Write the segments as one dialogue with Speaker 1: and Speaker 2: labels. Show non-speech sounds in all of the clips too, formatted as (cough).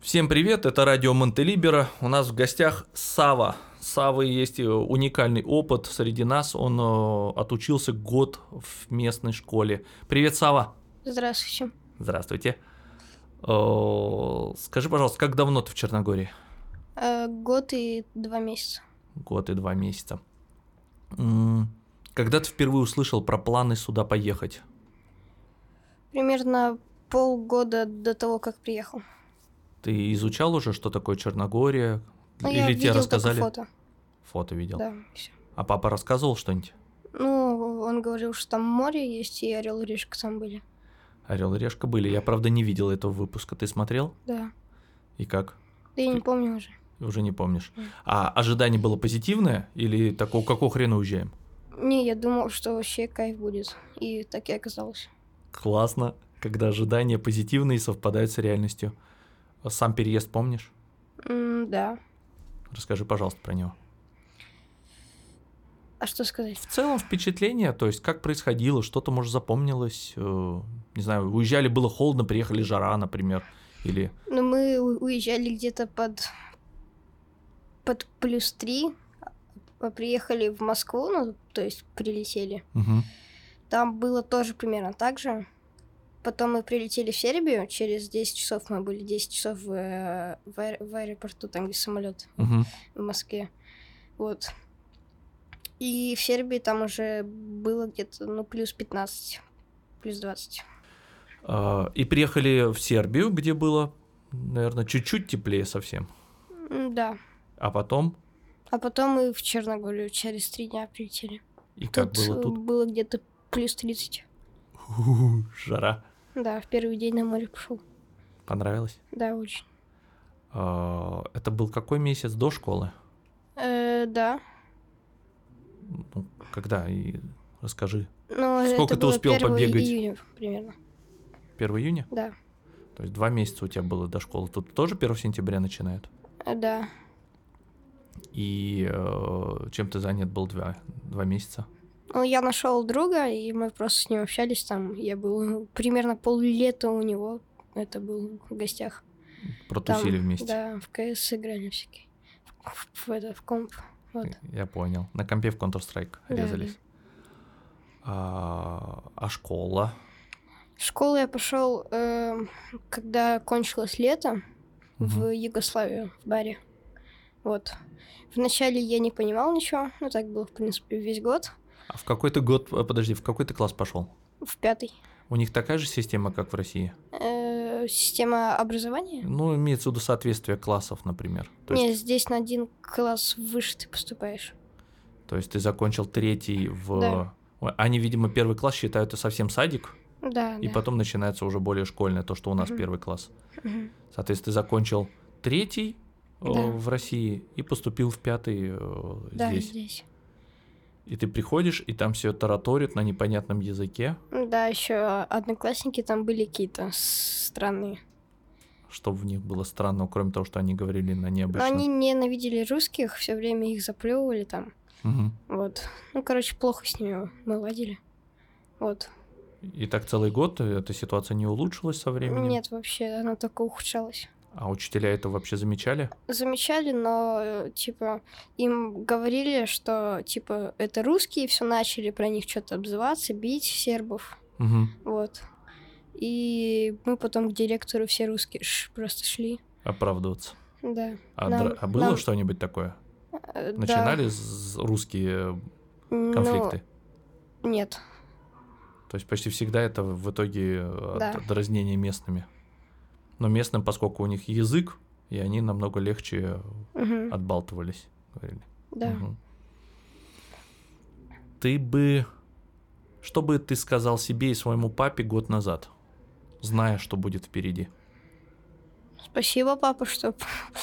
Speaker 1: Всем привет, это радио Монтелибера. У нас в гостях Сава. Савы есть э, уникальный опыт среди нас. Он э, отучился год в местной школе. Привет, Сава.
Speaker 2: Здравствуйте.
Speaker 1: Здравствуйте. Э, Скажи, пожалуйста, как давно ты в Черногории?
Speaker 2: Э, Год и два месяца.
Speaker 1: Год и два месяца. М, Когда ты впервые услышал про планы сюда поехать?
Speaker 2: Примерно полгода до того, как приехал.
Speaker 1: Ты изучал уже, что такое Черногория?
Speaker 2: Ну,
Speaker 1: Или
Speaker 2: я
Speaker 1: тебе
Speaker 2: видел только
Speaker 1: рассказали?
Speaker 2: фото.
Speaker 1: Фото видел.
Speaker 2: Да, и всё.
Speaker 1: А папа рассказывал что-нибудь?
Speaker 2: Ну, он говорил, что там море есть, и орел и решка там были.
Speaker 1: Орел и решка были. Я, правда, не видел этого выпуска. Ты смотрел?
Speaker 2: Да.
Speaker 1: И как?
Speaker 2: Да я не
Speaker 1: Ты-
Speaker 2: помню уже.
Speaker 1: Уже не помнишь.
Speaker 2: Мгм.
Speaker 1: А ожидание было позитивное? Или такого, какого хрена уезжаем?
Speaker 2: Не, я думал, что вообще кайф будет. И так и оказалось.
Speaker 1: Классно, когда ожидания позитивные и совпадают с реальностью. Сам переезд помнишь?
Speaker 2: М, да.
Speaker 1: Расскажи, пожалуйста, про него.
Speaker 2: А что сказать?
Speaker 1: В целом впечатление, то есть как происходило, что-то, может, запомнилось, э, не знаю, уезжали, было холодно, приехали жара, например, или
Speaker 2: Ну, мы у- уезжали где-то под... под плюс три. а Приехали в Москву, ну, то есть прилетели.
Speaker 1: Мгм.
Speaker 2: Там было тоже примерно так же. Потом мы прилетели в Сербию, через 10 часов мы были 10 часов в, э, в аэ- в аэропорту, там где самолет
Speaker 1: Мгм.
Speaker 2: в Москве. Вот. И в Сербии там уже было где-то, ну, плюс 15, плюс 20.
Speaker 1: А, и приехали в Сербию, где было, наверное, чуть-чуть теплее совсем,
Speaker 2: М, Да.
Speaker 1: а потом
Speaker 2: А потом мы в Черногорию через 3 дня прилетели.
Speaker 1: и как
Speaker 2: Тут,
Speaker 1: было
Speaker 2: э,
Speaker 1: тут
Speaker 2: было где-то плюс 30.
Speaker 1: (laughs) жара,
Speaker 2: Да, в первый день на море пошел.
Speaker 1: понравилось?
Speaker 2: Да, очень.
Speaker 1: А, Это был какой месяц до школы?
Speaker 2: Э, да.
Speaker 1: Ну, когда? И расскажи.
Speaker 2: Но
Speaker 1: Сколько
Speaker 2: это
Speaker 1: ты
Speaker 2: было
Speaker 1: успел
Speaker 2: 1
Speaker 1: побегать?
Speaker 2: июня примерно.
Speaker 1: 1 июня?
Speaker 2: Да.
Speaker 1: То есть два месяца у тебя было до школы. Тут тоже 1 сентября начинают.
Speaker 2: Э, Да.
Speaker 1: И э, чем ты занят был два, два месяца?
Speaker 2: Ну, я нашел друга, и мы просто с ним общались там. Я был ну, примерно поллета у него. Это был в гостях. Там,
Speaker 1: Протусили вместе.
Speaker 2: Да, в КС играли всякие. В, в это, в комп. Вот.
Speaker 1: Я понял. На компе в Counter-Strike
Speaker 2: Да,
Speaker 1: резались. А, а школа?
Speaker 2: В школу я пошел, когда кончилось лето,
Speaker 1: Мгм.
Speaker 2: в Югославию, в баре. Вот. Вначале я не понимал ничего, ну так было, в принципе, весь год,
Speaker 1: А в какой ты год, э, подожди, в какой ты класс пошел?
Speaker 2: в пятый.
Speaker 1: У них такая же система, как в России?
Speaker 2: Э, система образования.
Speaker 1: Ну, имеется в виду соответствие классов, например. То есть,
Speaker 2: Не, здесь на один класс выше ты поступаешь.
Speaker 1: то есть ты закончил третий в...
Speaker 2: Да.
Speaker 1: Ой, Они, видимо, первый класс считают это совсем садик,
Speaker 2: Да,
Speaker 1: и
Speaker 2: да.
Speaker 1: потом начинается уже более школьное, то, что у нас
Speaker 2: Мгм.
Speaker 1: первый класс.
Speaker 2: Мгм.
Speaker 1: Соответственно, ты закончил третий э,
Speaker 2: Да.
Speaker 1: в России и поступил в пятый э,
Speaker 2: Да,
Speaker 1: здесь.
Speaker 2: здесь.
Speaker 1: И ты приходишь, и там все тараторит на непонятном языке,
Speaker 2: Ну Да, еще одноклассники там были какие-то с- странные.
Speaker 1: что в них было странно, кроме того, что они говорили на
Speaker 2: Но
Speaker 1: необычном.
Speaker 2: они ненавидели русских, все время их заплевывали там.
Speaker 1: Мгм.
Speaker 2: Вот. Ну, короче, плохо с ними мы ладили. Вот.
Speaker 1: И так целый год э, эта ситуация не улучшилась со временем.
Speaker 2: Нет, вообще, оно только ухудшалось.
Speaker 1: А учителя это вообще замечали?
Speaker 2: Замечали, но, э, типа, им говорили, что, типа, это русские все начали про них что-то обзываться, бить сербов.
Speaker 1: Мгм.
Speaker 2: Вот. И мы потом к директору все русские ш- просто шли.
Speaker 1: Оправдываться.
Speaker 2: Да.
Speaker 1: А,
Speaker 2: Нам-
Speaker 1: дра- а было
Speaker 2: нам-
Speaker 1: что-нибудь такое?
Speaker 2: Э, да.
Speaker 1: Начинали с- русские
Speaker 2: Ну,
Speaker 1: конфликты?
Speaker 2: Нет.
Speaker 1: То есть почти всегда это в итоге э,
Speaker 2: Да.
Speaker 1: от дразнения местными. Но местным, поскольку у них язык, и они намного легче
Speaker 2: Мгм.
Speaker 1: отбалтывались, говорили.
Speaker 2: Да.
Speaker 1: Мгм. Ты бы... Что бы ты сказал себе и своему папе год назад, зная, что будет впереди?
Speaker 2: Спасибо, папа, что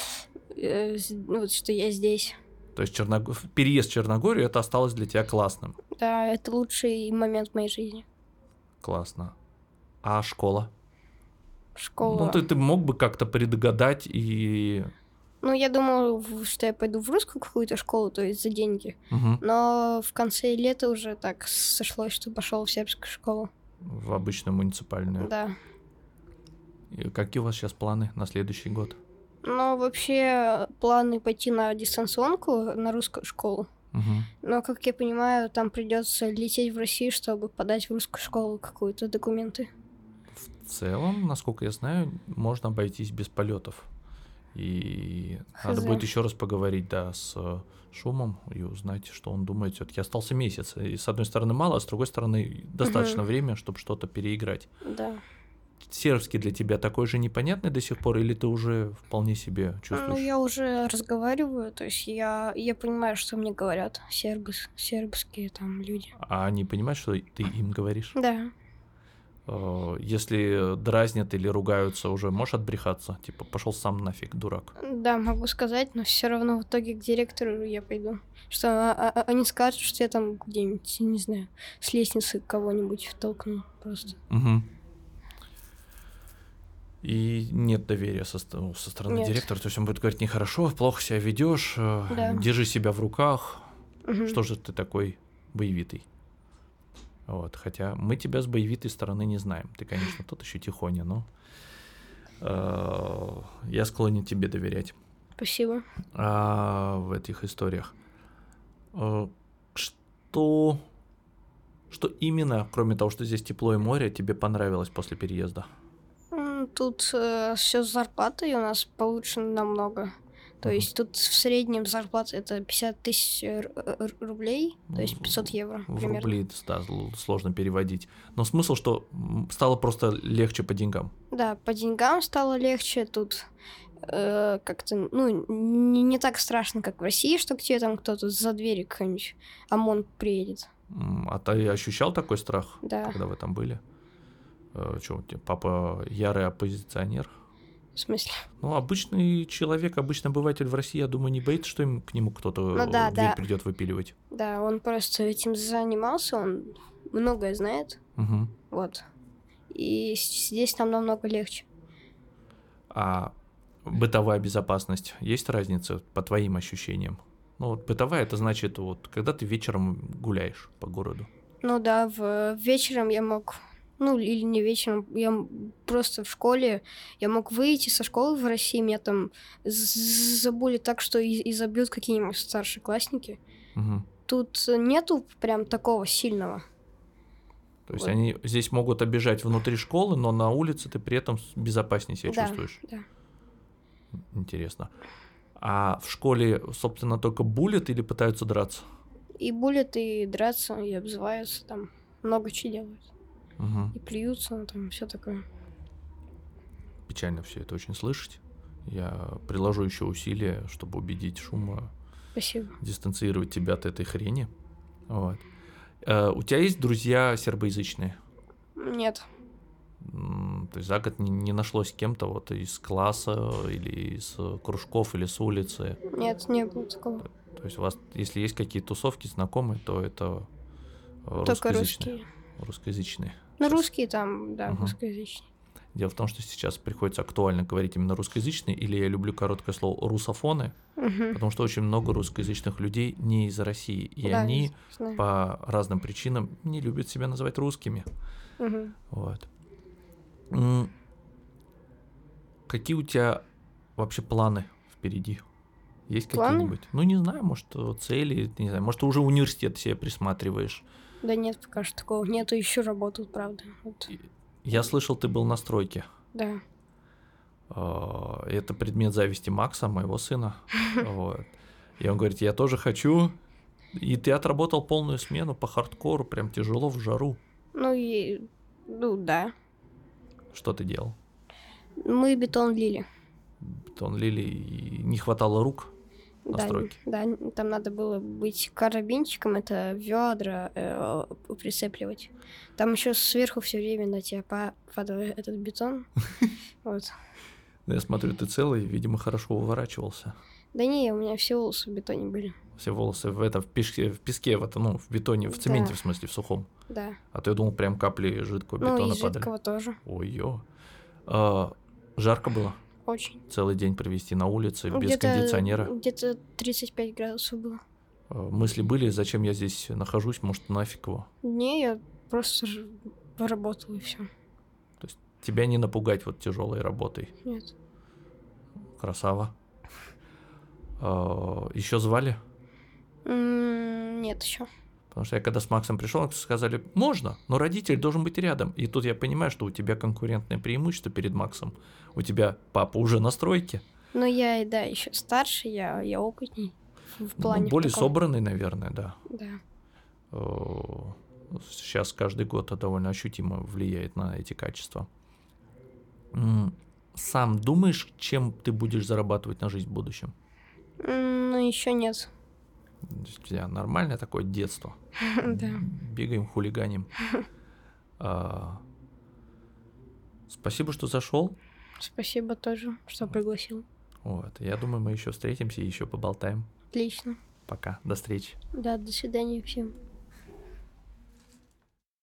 Speaker 2: (laughs) э, с- ну, вот что я здесь.
Speaker 1: То есть Черного- переезд в Черногорию, это осталось для тебя классным.
Speaker 2: Да, это лучший момент моей жизни.
Speaker 1: Классно. А школа?
Speaker 2: Школа.
Speaker 1: Ну, ты, ты мог бы как-то предугадать и...
Speaker 2: Ну, я думала, в- что я пойду в русскую какую-то школу, то есть за деньги.
Speaker 1: Мгм.
Speaker 2: Но в конце лета уже так сошлось, что пошел в сербскую школу.
Speaker 1: в обычную муниципальную.
Speaker 2: Да.
Speaker 1: И какие у вас сейчас планы на следующий год?
Speaker 2: Но вообще планы пойти на дистанционку, на русскую школу.
Speaker 1: Мгм.
Speaker 2: Но, как я понимаю, там придется лететь в Россию, чтобы подать в русскую школу какую-то документы.
Speaker 1: В целом, насколько я знаю, можно обойтись без полетов. И надо
Speaker 2: Хз.
Speaker 1: будет еще раз поговорить, да, с э, Шумом и узнать, что он думает. Все-таки остался месяц. И с одной стороны мало, а с другой стороны достаточно
Speaker 2: Мгм.
Speaker 1: времени, чтобы что-то переиграть.
Speaker 2: Да.
Speaker 1: Сербский для тебя такой же непонятный до сих пор, или ты уже вполне себе чувствуешь?
Speaker 2: Ну, я уже разговариваю, то есть я, я понимаю, что мне говорят сербы, сербские там люди.
Speaker 1: А они понимают, что ты им говоришь?
Speaker 2: Да.
Speaker 1: Э, Если дразнят или ругаются, уже можешь отбрехаться? Типа, пошел сам нафиг, дурак.
Speaker 2: Да, могу сказать, но все равно в итоге к директору я пойду. Что а- а- они скажут, что я там где-нибудь, не знаю, с лестницы кого-нибудь втолкну просто.
Speaker 1: Мгм. И нет доверия со, ст- ну, со стороны
Speaker 2: Нет.
Speaker 1: директора. То есть он будет говорить нехорошо, плохо себя ведешь, э,
Speaker 2: Да.
Speaker 1: держи себя в руках.
Speaker 2: Мгм.
Speaker 1: Что же ты такой боевитый? Вот, хотя мы тебя с боевитой стороны не знаем. Ты, конечно, тот еще тихоня, но э, я склонен тебе доверять
Speaker 2: Спасибо.
Speaker 1: а, в этих историях. Э, Что, что именно, кроме того, что здесь тепло и море, тебе понравилось после переезда?
Speaker 2: М, Тут все с зарплатой у нас получено намного. То
Speaker 1: Мгм.
Speaker 2: есть тут в среднем зарплата это 50 тысяч р- р- рублей, то есть
Speaker 1: Ну,
Speaker 2: 500 евро
Speaker 1: В
Speaker 2: примерно.
Speaker 1: рубли да, зл- сложно переводить. Но смысл, что м, стало просто легче по деньгам.
Speaker 2: Да, по деньгам стало легче, тут э, как-то, ну, не, не так страшно, как в России, что к тебе там кто-то за двери какой-нибудь ОМОН приедет.
Speaker 1: М, А ты ощущал такой страх,
Speaker 2: Да,
Speaker 1: когда вы там были? Э, Че, папа ярый оппозиционер?
Speaker 2: в смысле.
Speaker 1: Ну, обычный человек, обычный обыватель в России, я думаю, не боится, что им к нему кто-то
Speaker 2: Ну да,
Speaker 1: э, дверь
Speaker 2: да.
Speaker 1: придет выпиливать.
Speaker 2: Да, он просто этим занимался, он многое знает,
Speaker 1: Мгм.
Speaker 2: вот. И с- здесь там намного легче.
Speaker 1: А бытовая безопасность, есть разница по твоим ощущениям? Ну, вот бытовая, это значит, вот, когда ты вечером гуляешь по городу.
Speaker 2: Ну да, в, вечером я мог, ну или не вечером, я м- просто в школе, я мог выйти со школы в России, меня там з- забули так, что и, и забьют какие-нибудь старшеклассники.
Speaker 1: Мгм.
Speaker 2: Тут нету прям такого сильного.
Speaker 1: То есть
Speaker 2: Вот.
Speaker 1: они здесь могут обижать внутри школы, но на улице ты при этом с- безопаснее себя
Speaker 2: Да,
Speaker 1: чувствуешь.
Speaker 2: да.
Speaker 1: М, Интересно. А в школе, собственно, только булят или пытаются драться?
Speaker 2: И булят, и драться, и обзываются, там много чего делают.
Speaker 1: Мгм.
Speaker 2: И плюются, ну, там все такое.
Speaker 1: Печально все это очень слышать. Я приложу еще усилия, чтобы убедить шума
Speaker 2: Спасибо.
Speaker 1: дистанцировать тебя от этой хрени. Вот. Э, у тебя есть друзья сербоязычные?
Speaker 2: Нет,
Speaker 1: М, То есть за год не, не нашлось с кем-то вот из класса или из э, кружков или с улицы?
Speaker 2: нет, не было такого.
Speaker 1: То есть у вас, если есть какие-то тусовки знакомые, то это э,
Speaker 2: Только
Speaker 1: русскоязычные.
Speaker 2: русские.
Speaker 1: Русскоязычные.
Speaker 2: Ну, русские там, да,
Speaker 1: Мгм.
Speaker 2: русскоязычные.
Speaker 1: Дело в том, что сейчас приходится актуально говорить именно русскоязычные, или я люблю короткое слово русофоны,
Speaker 2: Мгм.
Speaker 1: потому что очень много русскоязычных людей не из России, и
Speaker 2: Да,
Speaker 1: они
Speaker 2: знаю.
Speaker 1: по разным причинам не любят себя называть русскими.
Speaker 2: Мгм.
Speaker 1: Вот. М, Какие у тебя вообще планы впереди? Есть
Speaker 2: Планы?
Speaker 1: какие-нибудь? Ну, не знаю, может, э, цели, не знаю, может, ты уже университет себе присматриваешь.
Speaker 2: Да нет, пока что такого нету, еще работу, правда. Вот,
Speaker 1: Я слышал, ты был на стройке.
Speaker 2: да.
Speaker 1: Э, Это предмет зависти Макса, моего сына. Вот. И он говорит, я тоже хочу. И ты отработал полную смену по хардкору, прям тяжело в жару.
Speaker 2: Ну и... Ну да.
Speaker 1: Что ты делал?
Speaker 2: Мы бетон лили.
Speaker 1: Он лили и не хватало рук.
Speaker 2: Да,
Speaker 1: Настройки.
Speaker 2: да, н- там надо было быть карабинчиком, это ведра э, п- прицепливать. Там еще сверху все время на тебя па- падал этот бетон.
Speaker 1: (laughs)
Speaker 2: Вот.
Speaker 1: Но Я смотрю, ты целый, видимо, хорошо уворачивался.
Speaker 2: Да не, у меня все волосы в бетоне были.
Speaker 1: Все волосы в этом в песке, в песке, в этом, ну, в бетоне, в
Speaker 2: Да.
Speaker 1: цементе, в смысле, в сухом.
Speaker 2: Да.
Speaker 1: А то я думал, прям капли жидкого
Speaker 2: Ну и
Speaker 1: бетона падали.
Speaker 2: жидкого тоже.
Speaker 1: Ой-ё. А, жарко было
Speaker 2: Очень.
Speaker 1: целый день провести на улице без
Speaker 2: Ну, Где-то-
Speaker 1: кондиционера.
Speaker 2: Где-то 35 градусов было.
Speaker 1: А, Мысли были, зачем я здесь нахожусь, может, нафиг его.
Speaker 2: Не, я просто ж- работала и все.
Speaker 1: Тебя не напугать вот тяжелой работой.
Speaker 2: Нет.
Speaker 1: Красава. Еще звали?
Speaker 2: М, М-м, Нет еще.
Speaker 1: Потому что я когда с Максом пришел, сказали, можно, но родитель должен быть рядом. И тут я понимаю, что у тебя конкурентное преимущество перед Максом. У тебя папа уже на стройке.
Speaker 2: Но я, и, да, еще старше, я, я опытней. В
Speaker 1: Ну,
Speaker 2: плане в
Speaker 1: более
Speaker 2: таком.
Speaker 1: собранный, наверное, да.
Speaker 2: Да.
Speaker 1: сейчас каждый год это довольно ощутимо влияет на эти качества. М, Сам думаешь, чем ты будешь зарабатывать на жизнь в будущем?
Speaker 2: М, Ну, еще нет.
Speaker 1: То есть У тебя нормальное такое детство.
Speaker 2: (laughs) Да.
Speaker 1: Бегаем, хулиганим.
Speaker 2: (laughs)
Speaker 1: А, Спасибо, что зашел.
Speaker 2: Спасибо тоже, что пригласил.
Speaker 1: Вот. Я думаю, мы еще встретимся и еще поболтаем.
Speaker 2: Отлично.
Speaker 1: Пока. До встречи.
Speaker 2: Да, до свидания всем.